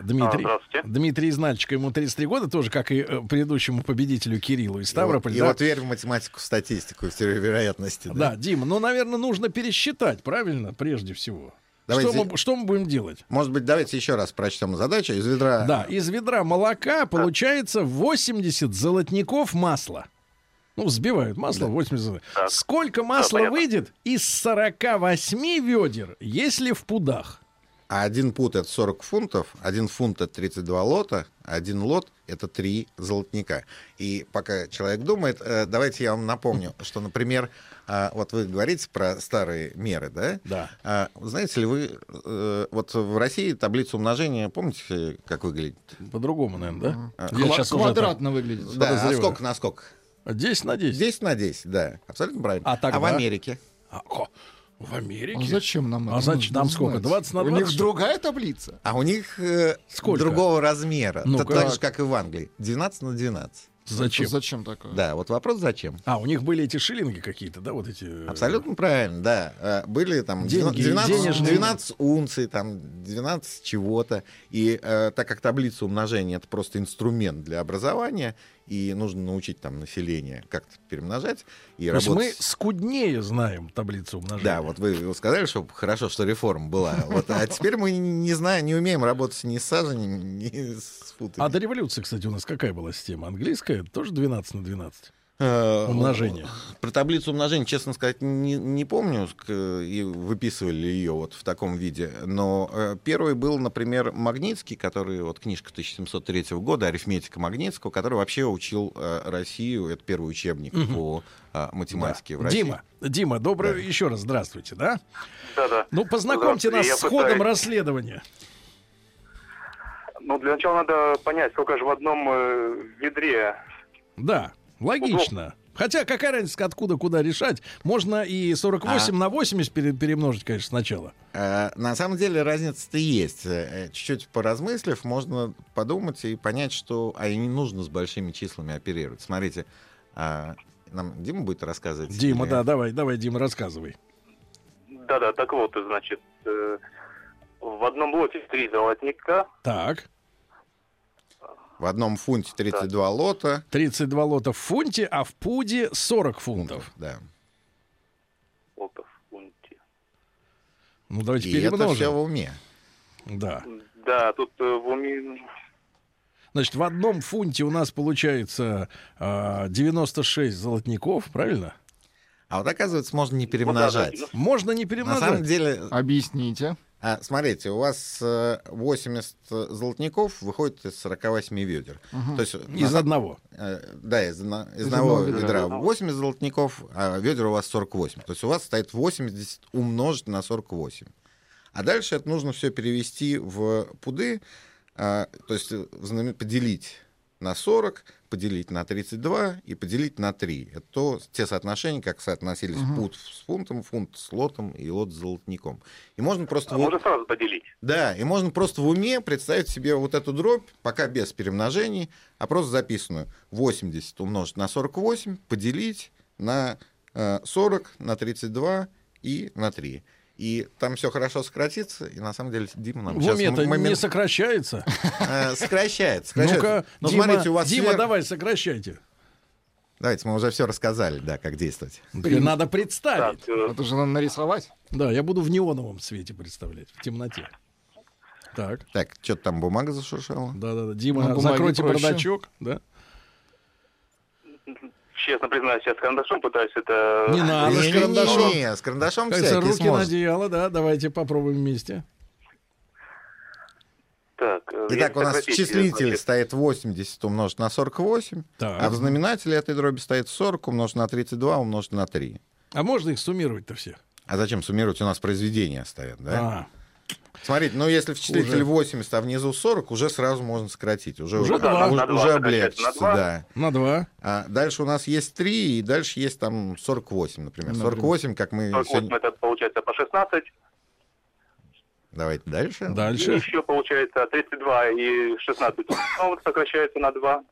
S2: Дмитрий.
S5: А, здравствуйте.
S2: Дмитрий Значка, ему 33 года, тоже как и э, предыдущему победителю Кириллу из Ставрополь.
S4: И
S2: да?
S4: вот, и вот верь в математику, в статистику, в теорию вероятности.
S2: да, Дима, ну, наверное, нужно пересчитать, правильно, прежде всего.
S4: Давайте-
S2: Что, мы, что мы будем делать?
S4: Может быть, давайте еще раз прочтем задачу из ведра.
S2: Да, из ведра
S4: А.
S2: молока получается 80 золотников масла. Ну, взбивают масло 80 золотников.
S5: Так.
S2: Сколько масла
S5: понятно.
S2: выйдет из 48 ведер, если в пудах?
S4: А один пут это 40 фунтов, один фунт это 32 лота, один лот это 3 золотника. И пока человек думает, э, давайте я вам напомню, что, например, а, вот вы говорите про старые меры, да?
S2: Да.
S4: А, знаете ли вы, э, вот в России таблица умножения, помните, как выглядит?
S2: По-другому, наверное, да? Я
S3: Ква-
S2: щас уже там-
S3: Квадратно выглядит.
S4: Да, а
S2: подозреваю.
S4: сколько на сколько?
S2: 10 А на 10.
S4: 10 на 10, да, абсолютно правильно.
S2: А тогда?
S4: в Америке?
S2: А, о, в Америке?
S3: А зачем нам
S2: А
S3: это
S2: значит,
S3: нужно
S2: нам сколько?
S3: знать?
S2: 20 на
S3: У
S2: 20,
S3: них
S2: что ли?
S3: другая таблица.
S4: А у них э,
S2: Сколько?
S4: другого размера.
S2: Ну-ка.
S4: Это так же, Ну как и в Англии. 12 на 12.
S2: Зачем?
S3: Зачем такое?
S4: Да, вот вопрос зачем?
S2: А, у них были эти шиллинги какие-то, да, вот эти? э,
S4: Абсолютно правильно, да. Э, Были там
S2: Деньги,
S4: 12,
S2: денежные.
S4: 12 унций, там 12 чего-то. И э, так как таблица умножения это просто инструмент для образования, и нужно научить там население как-то перемножать и
S2: То есть мы
S4: работать. с-
S2: скуднее знаем таблицу умножения.
S4: Да, вот вы сказали, что хорошо, что реформа была. Вот, а теперь мы не знаем, не умеем работать ни с саженем, ни с
S2: А
S4: футами.
S2: до революции, кстати, у нас какая была система? Английская? Тоже 12 на 12?
S4: Э,
S2: Умножение.
S4: Про таблицу умножения, честно сказать, не, не помню, ск- и выписывали ли ее вот в таком виде. Но э, первый был, например, Магнитский, который вот книжка 1703 года, арифметика Магнитского, который вообще учил э, Россию, это первый учебник по э, математике в России.
S2: Дима, Дима, добрый
S4: Да.
S2: еще раз здравствуйте, да?
S6: Да-да.
S2: Ну, познакомьте
S6: Здравствуйте,
S2: нас
S6: я
S2: с ходом
S6: пытаюсь-
S2: расследования.
S6: Ну, для начала надо понять, сколько же в одном э, ведре.
S2: Да, логично. Хотя какая разница, откуда куда решать? Можно и 48
S4: А.
S2: на 80 пере- перемножить, конечно, сначала.
S4: Э, На самом деле разница-то есть. Э, э, Чуть-чуть поразмыслив, можно подумать и понять, что а и не нужно с большими числами оперировать. Смотрите, а, нам Дима будет рассказывать.
S2: Дима,
S4: или-
S2: да, давай, давай, Дима, рассказывай.
S6: Да-да, так вот, значит, э, в одном лоте три золотника,
S2: Так,
S4: В одном фунте 32 лота.
S2: 32 лота в фунте, а в пуде 40 фунтов.
S4: Да.
S6: лотов в фунте.
S2: Ну, давайте
S4: И это все в
S2: перемножим.
S4: уме.
S2: Да.
S6: Да, тут э, в уме...
S2: Значит, в одном фунте у нас получается а, 96 золотников, правильно?
S4: А вот оказывается, можно не перемножать.
S6: Вот
S2: Можно не
S4: На
S2: перемножать.
S4: самом деле,
S3: Объясните.
S4: а, смотрите, у вас э, 80 золотников выходит из 48 ведер. То есть
S2: Из
S4: на-
S2: одного.
S4: Э, Да, из, одно- из
S3: Из
S4: одного
S3: одного ведра.
S4: ведра
S6: А
S4: 80 золотников, а ведра у вас 48. То есть у вас стоит 80 умножить на 48. А дальше это нужно все перевести в пуды, а, то есть э, в знамен- поделить на 40, поделить на 32 и поделить на 3. Это то, те соотношения, как соотносились
S3: Мгм.
S4: пуд с фунтом, фунт с лотом и лот с золотником. И можно просто...
S6: А
S4: вот-
S6: можно сразу поделить?
S4: да, и можно просто в уме представить себе вот эту дробь, пока без перемножений, а просто записанную. 80 умножить на 48, поделить на э, 40, на 32 и на 3. И там все хорошо сократится, и на самом деле Дима нам
S2: В
S4: сейчас
S2: уме-то
S4: м- момент-
S2: не сокращается.
S4: э, сокращает.
S2: Ну-ка,
S4: сокращает. Но
S2: Дима,
S4: Ну, смотрите, у вас
S2: Дима,
S4: сверх-
S2: давай, сокращайте.
S4: Давайте, мы уже все рассказали, да, как действовать.
S2: Теперь надо представить.
S6: Так, э,
S3: Это же надо нарисовать.
S2: Да, я буду в неоновом свете представлять, в темноте. Так,
S4: Так, что-то там бумага зашуршала.
S2: да-да-да. Дима,
S3: На бумаге
S2: закройте
S3: проще.
S2: бардачок. Да?
S6: честно признаюсь, я с карандашом пытаюсь это...
S2: Не надо. А, ну, с карандашом.
S4: Не, с карандашом
S2: Как говорится,
S4: Ну, всякий
S2: Э, руки на
S4: сможет.
S2: одеяло, да, давайте попробуем вместе.
S6: Так, э, я
S4: Итак, у нас
S6: сократить,
S4: числитель
S6: значит,
S4: стоит 80 умножить на 48,
S2: Так.
S4: а в знаменателе этой дроби стоит 40 умножить на 32 умножить на 3.
S2: А можно их суммировать-то всех?
S4: А зачем суммировать? У нас произведения стоят, да?
S2: А,
S4: Смотрите, ну если в числителе
S2: Уже.
S4: 80, а внизу 40, уже сразу можно сократить. Уже,
S2: Уже два.
S4: уже,
S6: На два,
S4: уже облегчится,
S6: соответственно, на два.
S4: да.
S2: на два.
S4: А дальше у нас есть 3, и дальше есть там 48, например.
S3: Например.
S4: 48, как мы
S6: 48
S4: сегодня...
S6: это получается по 16,
S4: Давайте дальше.
S6: и
S2: Дальше.
S6: еще получается 32 и 16. Ну, вот сокращается на 2.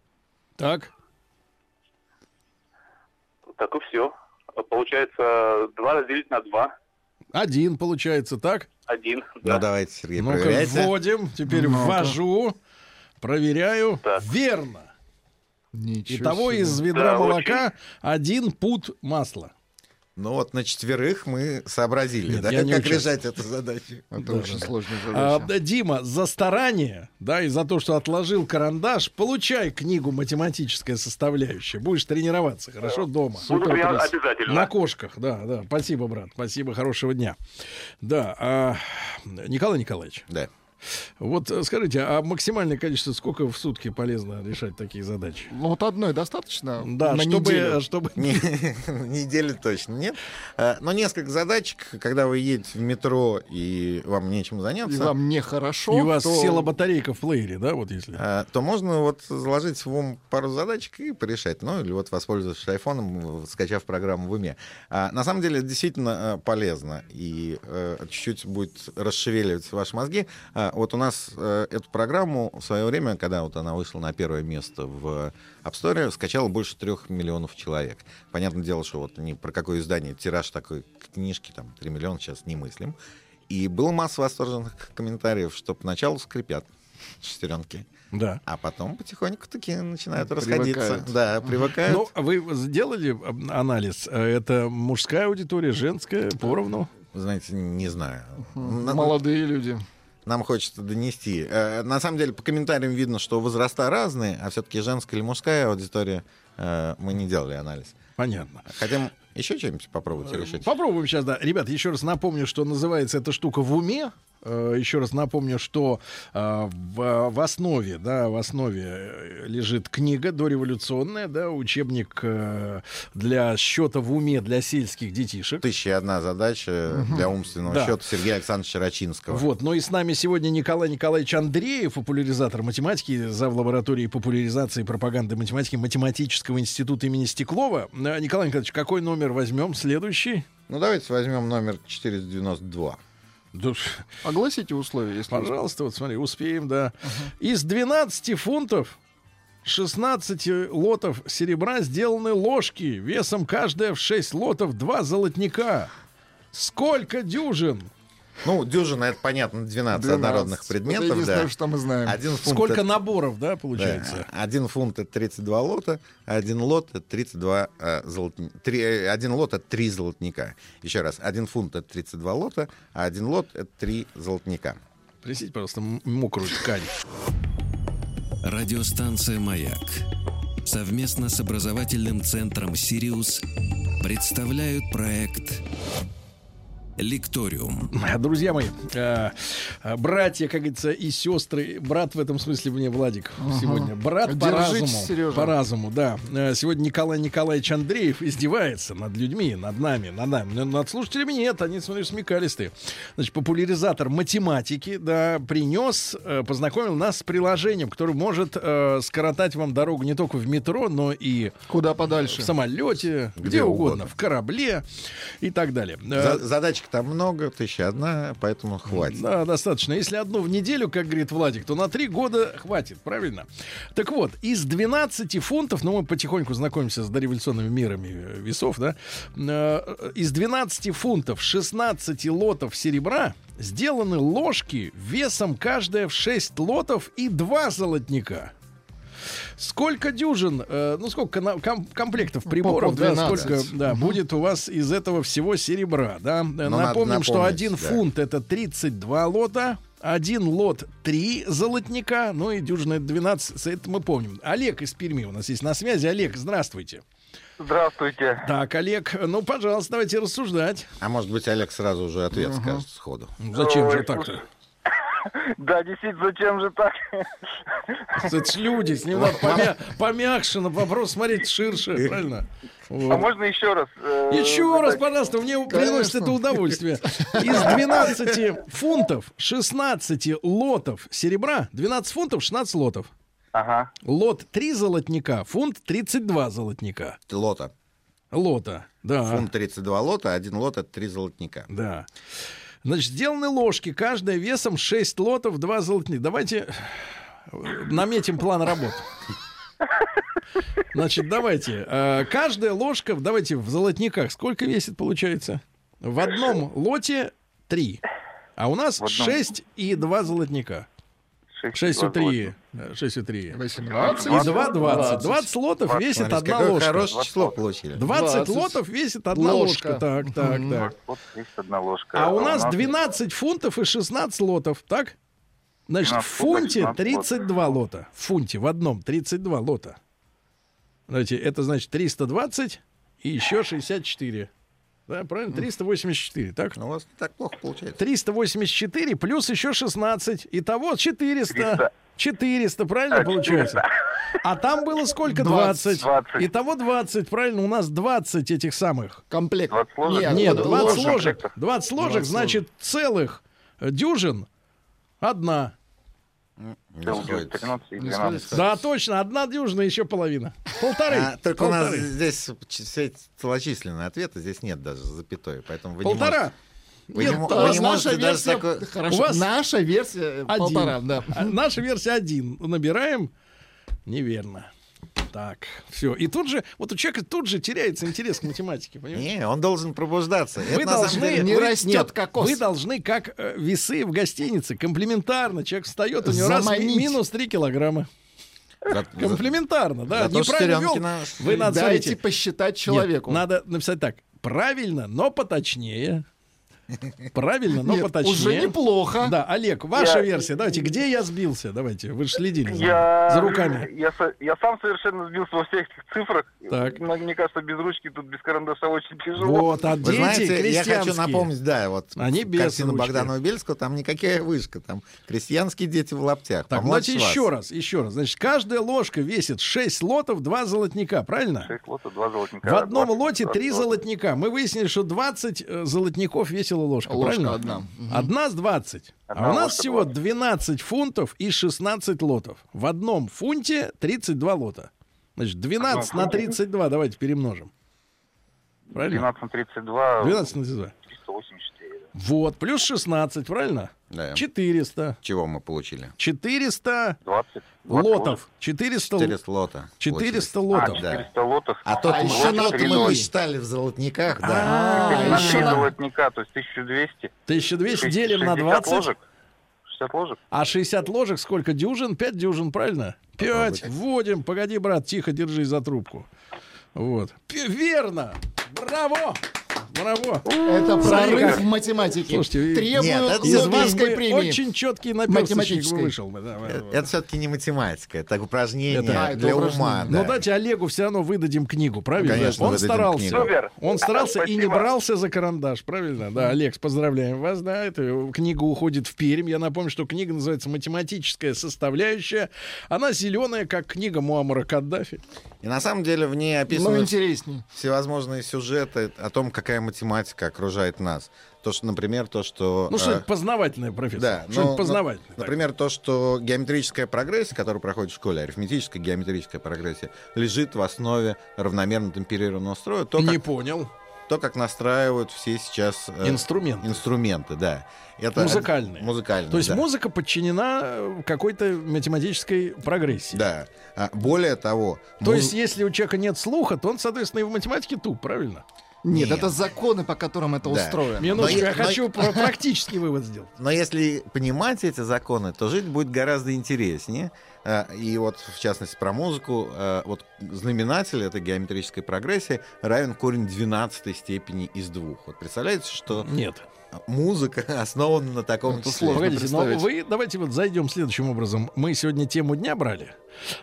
S2: Так.
S6: Так и все. Получается 2 разделить на 2.
S2: Один получается, так?
S6: 1.
S4: Ну давайте, Сергей,
S2: Ну-ка,
S4: проверяйте.
S2: вводим. Теперь
S3: Ну-ка.
S2: ввожу. Проверяю.
S6: Так.
S2: Верно.
S3: Ничего
S2: Итого
S3: себе.
S2: из ведра
S6: Да,
S2: молока один пут масла.
S4: Ну вот на четверых мы сообразили,
S2: Нет,
S4: да?
S2: я не
S4: как
S2: участвую.
S4: решать эту задачу?
S3: Это
S2: Да,
S3: очень
S2: да.
S3: сложная
S2: А,
S3: задача.
S2: да, Дима, за старание, да, и за то, что отложил карандаш, получай книгу «Математическая составляющая». Будешь тренироваться, хорошо, дома.
S6: Буду
S3: супер
S6: прям
S3: приз.
S6: обязательно.
S2: На кошках, да, да. Спасибо, брат, спасибо, хорошего дня. Да, а, Николай Николаевич,
S4: Да.
S2: вот э, скажите, а максимальное количество сколько в сутки полезно решать такие задачи?
S3: Ну, вот одной достаточно
S2: Да,
S3: на
S2: чтобы,
S3: неделю.
S2: чтобы...
S4: Не- Недели точно нет. А, Но несколько задачек, когда вы едете в метро и вам нечем
S3: И
S4: заняться,
S3: вам
S2: И
S3: нехорошо,
S2: у вас
S3: то-
S2: села батарейка в плеере, да, вот если...
S4: а, то можно вот заложить в ум пару задачек и порешать. Ну, или вот воспользовавшись айфоном, э, скачав программу в уме. А, На самом деле, это действительно э, полезно. И э, чуть-чуть будет расшевеливать ваши мозги. А, Вот у нас э, эту программу в свое время, когда вот она вышла на первое место в App Store, скачало больше трех миллионов человек. Понятное дело, что вот ни про какое издание, тираж такой книжки, там, 3 миллиона сейчас не мыслим. И было масса восторженных комментариев, что поначалу скрипят шестеренки.
S2: Да.
S4: А потом потихоньку такие начинают
S3: Привыкают.
S4: расходиться. Да, привыкают.
S2: Ну, а вы сделали э, анализ? Э, Это мужская аудитория, женская, поровну?
S4: Знаете, не знаю. На-
S3: Молодые люди.
S4: нам хочется донести. Э, На самом деле, по комментариям видно, что возраста разные, а все-таки женская или мужская аудитория э, мы не делали анализ.
S2: Понятно.
S4: Хотим еще что-нибудь попробовать решить?
S2: Попробуем сейчас, да. Ребят, еще раз напомню, что называется эта штука в уме. Э, Еще раз напомню, что э, в, в основе, да, в основе э, лежит книга дореволюционная, да, учебник э, для счета в уме для сельских детишек.
S4: Тысяча и одна задача для умственного
S2: Да.
S4: счета Сергея Александровича Рачинского.
S2: Вот, ну и с нами сегодня Николай Николаевич Андреев, популяризатор математики, зав. лаборатории популяризации и пропаганды математики Математического института имени Стеклова. Э, Николай Николаевич, какой номер возьмем? Следующий?
S4: Ну, давайте возьмем номер 492.
S3: Огласите условия, если
S2: Пожалуйста, вот смотри, успеем, да. Из 12 фунтов 16 лотов серебра сделаны ложки, весом каждая в 6 лотов 2 золотника. Сколько дюжин?
S4: Ну, дюжина, это понятно, 12, однородных
S3: Это
S4: предметов.
S3: единственное,
S4: да.
S3: что мы знаем.
S2: А
S4: Один фунт
S2: Сколько
S4: это-
S2: наборов, да,
S4: да,
S2: получается?
S4: один фунт это 32 лота, а один лот это 32 э, золотни- три- э, один лот это 3 золотника. Еще раз, один фунт это 32 лота, а один лот это 3 золотника.
S2: Принесите, пожалуйста, м- мокрую ткань.
S1: Радиостанция «Маяк» совместно с образовательным центром «Сириус» представляют проект «Лекториум».
S2: Друзья мои, э, э, братья, как говорится, и сестры, брат в этом смысле мне Владик сегодня, брат по
S3: Держитесь,
S2: разуму,
S3: Серёжа.
S2: по разуму, да. Э, Сегодня Николай Николаевич Андреев издевается над людьми, над нами, над нами, но над слушателями нет, они, смотришь, смекалистые. Значит, популяризатор математики, да, принес, э, познакомил нас с приложением, которое может э, скоротать вам дорогу не только в метро, но и
S3: Куда
S2: в
S3: подальше?
S2: самолете, где,
S4: Где
S2: угодно,
S4: угодно.
S2: в корабле и так далее. Э,
S4: За- задачек там много, 1001, поэтому хватит.
S2: да, достаточно. Если одну в неделю, как говорит Владик, то на три года хватит, правильно? Так вот, из 12 фунтов, ну мы потихоньку знакомимся с дореволюционными мерами э, весов, да, э, из 12 фунтов 16 лотов серебра сделаны ложки весом каждая в 6 лотов и 2 золотника. Сколько дюжин, э, ну сколько кона- ком- комплектов приборов, да,
S3: 12.
S2: сколько да, будет у вас из этого всего серебра, да? Э,
S4: Ну, надо
S2: Напомним, что
S4: напомнить,
S2: один
S4: да.
S2: фунт это 32 лота, один лот 3 золотника, ну и дюжина это 12, это мы помним. Олег из Перми у нас есть на связи. Олег, здравствуйте.
S5: Здравствуйте.
S2: Так, Олег, ну, пожалуйста, давайте рассуждать. Ну,
S4: А может быть, Олег сразу уже ответ скажет сходу.
S2: Зачем же
S5: Ой,
S2: так-то?
S5: Да, действительно, зачем же так?
S2: Это ж люди, с ним надо помя- помягче на вопрос смотреть ширше, правильно? Вот.
S5: А можно еще раз? э,
S2: Еще раз,
S5: задать?
S2: пожалуйста, мне приносит это удовольствие. Из 12 фунтов 16 лотов серебра, 12 фунтов 16 лотов.
S5: Ага.
S2: Лот 3 золотника, фунт 32 золотника.
S4: Лота.
S2: Лота, да.
S4: Фунт 32 лота, один лот это 3 золотника.
S2: Да. Значит, сделаны ложки, каждая весом 6 лотов, 2 золотника. Давайте э, наметим план работ. Значит, давайте. э, Каждая ложка, давайте в золотниках, сколько весит, получается? В одном лоте 3. А у нас
S5: В одном.
S2: 6 и 2 золотника. 6,3. 6,3.
S3: 18?
S2: И 2, 20. 20 лотов весит
S4: Смотрите,
S2: одна
S4: какое
S2: ложка.
S4: хорошее число получили.
S2: 20
S3: 20.
S2: лотов весит одна
S3: Ложка.
S2: ложка. Так, так,
S3: Мгм.
S2: так.
S5: Вот есть одна ложка.
S2: А у нас 12 фунтов и 16 лотов, так? Значит, в
S5: 12 фунтов,
S2: фунте
S5: 16 лотов.
S2: 32 лота. В фунте в одном 32 лота. Знаете, это значит 320 и еще 64. Да, правильно? 384, так?
S4: Ну, у вас не так плохо получается.
S2: 384 плюс еще 16. Итого 400. 400, правильно
S5: Да,
S2: получается? А там было сколько? 20.
S5: 20.
S2: Итого 20, правильно? У нас 20 этих самых.
S3: Комплект.
S5: 20 ложек?
S3: Нет,
S2: Нет,
S3: вот
S2: 20
S3: ложек.
S2: ложек. 20 ложек,
S3: 20
S2: значит, целых э, дюжин одна.
S4: Не сходится.
S5: 13 и
S3: Не
S5: 12.
S3: сходится.
S2: Да, точно, одна дюжина, еще половина. Полторы.
S4: А, только у нас
S2: полторы.
S4: здесь ч- все эти целочисленные ответы, здесь нет даже запятой, поэтому вы
S2: Полтора.
S4: не можете, вы
S2: Нет,
S4: не, мо-
S3: У
S4: вы
S3: вас
S4: не
S3: наша
S4: можете даже
S3: версия,
S4: такой...
S3: хорошо,
S2: У вас-
S3: наша версия э,
S2: Один.
S3: полтора, да.
S2: А наша версия один. Набираем. Неверно. Так, все. И тут же, вот у человека тут же теряется интерес к математике, понимаете?
S4: Не, он должен пробуждаться.
S2: Вы
S4: Это на самом
S2: должны,
S4: деле-
S3: не
S2: вы-
S3: растет
S2: нет,
S3: кокос.
S2: Вы должны, как э, весы в гостинице, комплиментарно. Человек встает, у него раз ми-
S3: Заманить.
S2: минус 3 килограмма.
S4: За- за-
S2: Комплиментарно, да.
S4: Зато
S2: Неправильно вел.
S4: Шестеренкина-
S2: Вы надо,
S3: Дайте
S2: смотрите,
S3: посчитать
S2: Нет,
S3: человеку.
S2: надо написать так. Правильно, но поточнее. Правильно, но
S3: Нет,
S2: ну, поточнее.
S3: уже неплохо.
S2: Да, Олег, ваша
S5: Я-
S2: версия. Давайте, где я сбился? Давайте, вы же следили за,
S5: Я,
S2: за руками.
S5: Я, со- я сам совершенно сбился во всех этих цифрах.
S2: Так.
S5: Но мне кажется, без ручки тут без карандаша очень тяжело.
S2: Вот, а
S4: Вы
S2: дети
S4: знаете, я хочу
S2: крестьянские.
S4: напомнить, да, вот
S2: Они без
S4: картина
S2: ручки.
S4: Богдана Убельского, там никакая вышка, там крестьянские дети в лаптях. А
S2: Так, ну,
S4: помладше
S2: давайте
S4: вас.
S2: еще раз, еще раз. Значит, каждая ложка весит 6 лотов, 2 золотника, правильно?
S5: Шесть лотов, два золотника.
S2: В одном
S5: Двадцать
S2: лоте
S5: два
S2: 3
S5: золота.
S2: золотника. Мы выяснили, что 20 э, золотников весила ложка,
S3: Ложка
S2: правильно?
S3: одна. Мгм.
S2: Одна с 20. а
S5: Одна
S2: у нас
S5: ложка
S2: всего
S5: 20.
S2: 12 фунтов и 16 лотов. В одном фунте 32 лота. Значит, 12 на 32 давайте перемножим. Правильно?
S5: 12 на 32,
S2: 12 на 32.
S5: 384. да.
S2: Вот, плюс 16, правильно?
S4: Да.
S2: 400.
S4: Чего мы получили?
S2: 400
S5: 20.
S2: лотов. 400 лотов.
S4: 400 лота.
S2: 400
S4: получилось.
S2: лотов.
S4: да.
S5: 400 лотов.
S4: А тот
S3: А
S4: мы-
S3: еще
S4: тот
S3: на
S4: мы
S3: три.
S4: посчитали в золотниках, да.
S3: А,
S5: Теперь на
S3: еще
S5: 3
S3: на-
S5: золотника, то есть 1200.
S2: 1200 делим на
S5: 60
S2: 20.
S5: Ложек. 60 ложек.
S2: А 60 ложек сколько? Дюжин? 5 дюжин, правильно? 5. Вводим. Погоди, брат, тихо, держись за трубку. Вот. П- Верно! Браво! Браво!
S3: Это
S2: Смотри,
S3: прорыв
S2: как.
S3: в математике.
S2: Слушайте,
S4: нет, это
S3: Требуют
S2: Из вас
S3: Нобелевской
S2: бы
S3: премии. Ну,
S2: очень четкий наперсточник
S3: Математической.
S2: вышел. бы, да, да, да.
S4: Э, Это все-таки не математика, это упражнение
S2: Это- Ну,
S3: А, это
S4: для ума.
S3: упражнение.
S2: Но
S4: да.
S2: дайте Олегу все равно выдадим книгу, правильно?
S4: Конечно,
S2: Он
S4: выдадим
S2: старался.
S4: книгу.
S5: Супер.
S2: Он старался и не
S5: Спасибо.
S2: брался за карандаш, правильно? Да, Олег, поздравляем вас, да. Это э, книга уходит в Пермь. Я напомню, что книга называется «Математическая составляющая». Она зеленая, как книга Муаммара Каддафи.
S4: И на самом деле в ней
S3: Ну,
S4: описаны
S3: интереснее.
S4: всевозможные сюжеты о том, какая математика окружает нас. То, что, например, то, что...
S2: Ну,
S4: э,
S2: что-нибудь познавательное, профессор.
S4: Да,
S2: что-нибудь
S4: но-
S2: познавательное.
S4: но, например, то, что геометрическая прогрессия, которая проходит в школе, арифметическая геометрическая прогрессия, лежит в основе равномерно темперированного строя, то,
S2: не
S4: как,
S2: понял.
S4: то, как настраивают все сейчас э,
S2: Инструменты.
S4: инструменты, да. Это
S2: Музыкальные.
S4: Музыкальные,
S2: То есть
S4: да.
S2: музыка подчинена э, какой-то математической прогрессии.
S4: Да. Ну, А, более того,
S2: То
S4: муз-
S2: есть, если у человека нет слуха, то он, соответственно, и в математике туп, правильно?
S3: Нет,
S4: Нет.
S3: это законы, по которым это
S4: Да.
S3: устроено.
S2: Минуточку,
S4: Но
S2: я
S4: я- но-
S2: хочу про- практический вывод сделать.
S4: Но если понимать эти законы, то жить будет гораздо интереснее. А, И вот, в частности, про музыку. а, Вот знаменатель этой геометрической прогрессии равен корень 12 степени из двух. Вот представляете, что
S2: Нет.
S4: музыка основана на таком
S3: Это
S4: числе?
S3: сложно.
S2: Погодите, но
S3: представить.
S2: вы давайте вот зайдем следующим образом. Мы сегодня тему дня брали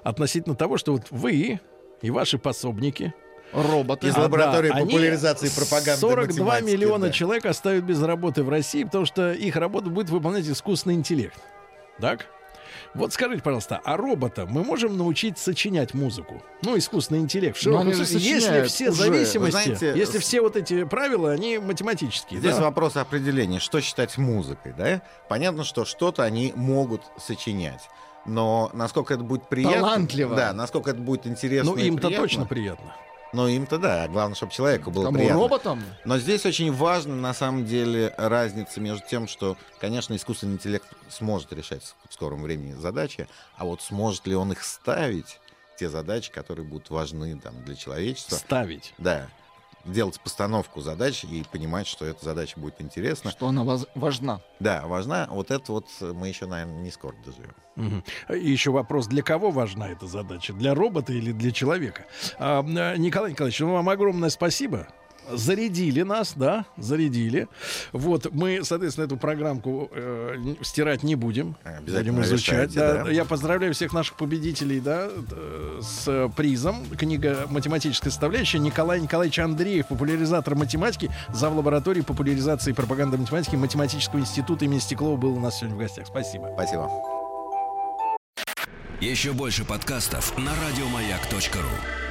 S2: относительно того, что вот вы и ваши пособники
S3: Роботы.
S4: Из
S2: А,
S4: лаборатории
S2: да, они
S4: популяризации и пропаганды
S2: 42
S4: математики,
S2: миллиона
S4: да.
S2: человек оставят без работы в России, потому что их работу будет выполнять искусственный интеллект. Так? Вот скажите, пожалуйста, а робота мы можем научить сочинять музыку? Ну, искусственный интеллект. в
S3: Но
S2: широком
S3: они же
S2: смысле. если
S3: сочиняют
S2: все
S3: уже.
S2: зависимости,
S4: Вы знаете,
S2: если
S4: с-
S2: все вот эти правила, они математические.
S4: Здесь
S2: да?
S4: вопрос определения, что считать музыкой, да? Понятно, что что-то они могут сочинять, но насколько это будет приятно...
S3: Талантливо.
S4: Да, насколько это будет интересно
S2: Ну,
S4: и
S2: им-то
S4: приятно.
S2: точно приятно.
S4: Ну, им-то да, главное, чтобы человеку было
S3: Кому
S4: приятно.
S3: роботам?
S4: Но здесь очень важна, на самом деле, разница между тем, что, конечно, искусственный интеллект сможет решать в скором времени задачи, а вот сможет ли он их ставить, те задачи, которые будут важны там, для человечества.
S2: Ставить.
S4: Да, делать постановку задач и понимать, что эта задача будет интересна.
S3: Что она воз- важна.
S4: Да, важна. Вот это вот мы еще, наверное, не скоро доживем.
S2: Мгм. И еще вопрос, для кого важна эта задача? Для робота или для человека? А, э, Николай Николаевич, ну вам огромное спасибо. Зарядили нас, да, зарядили. Вот, мы, соответственно, эту программку э, н- стирать не будем.
S4: Обязательно
S2: Будем изучать.
S4: решайте,
S2: да.
S4: да.
S2: Я поздравляю всех наших победителей, да, э, с э, призом. Книга «Математическая составляющая» Николай Николаевич Андреев, популяризатор математики, зав. лаборатории популяризации и пропаганды математики Математического института имени Стеклова был у нас сегодня в гостях. Спасибо.
S4: Спасибо.
S1: Еще больше подкастов на радиомаяк.ру.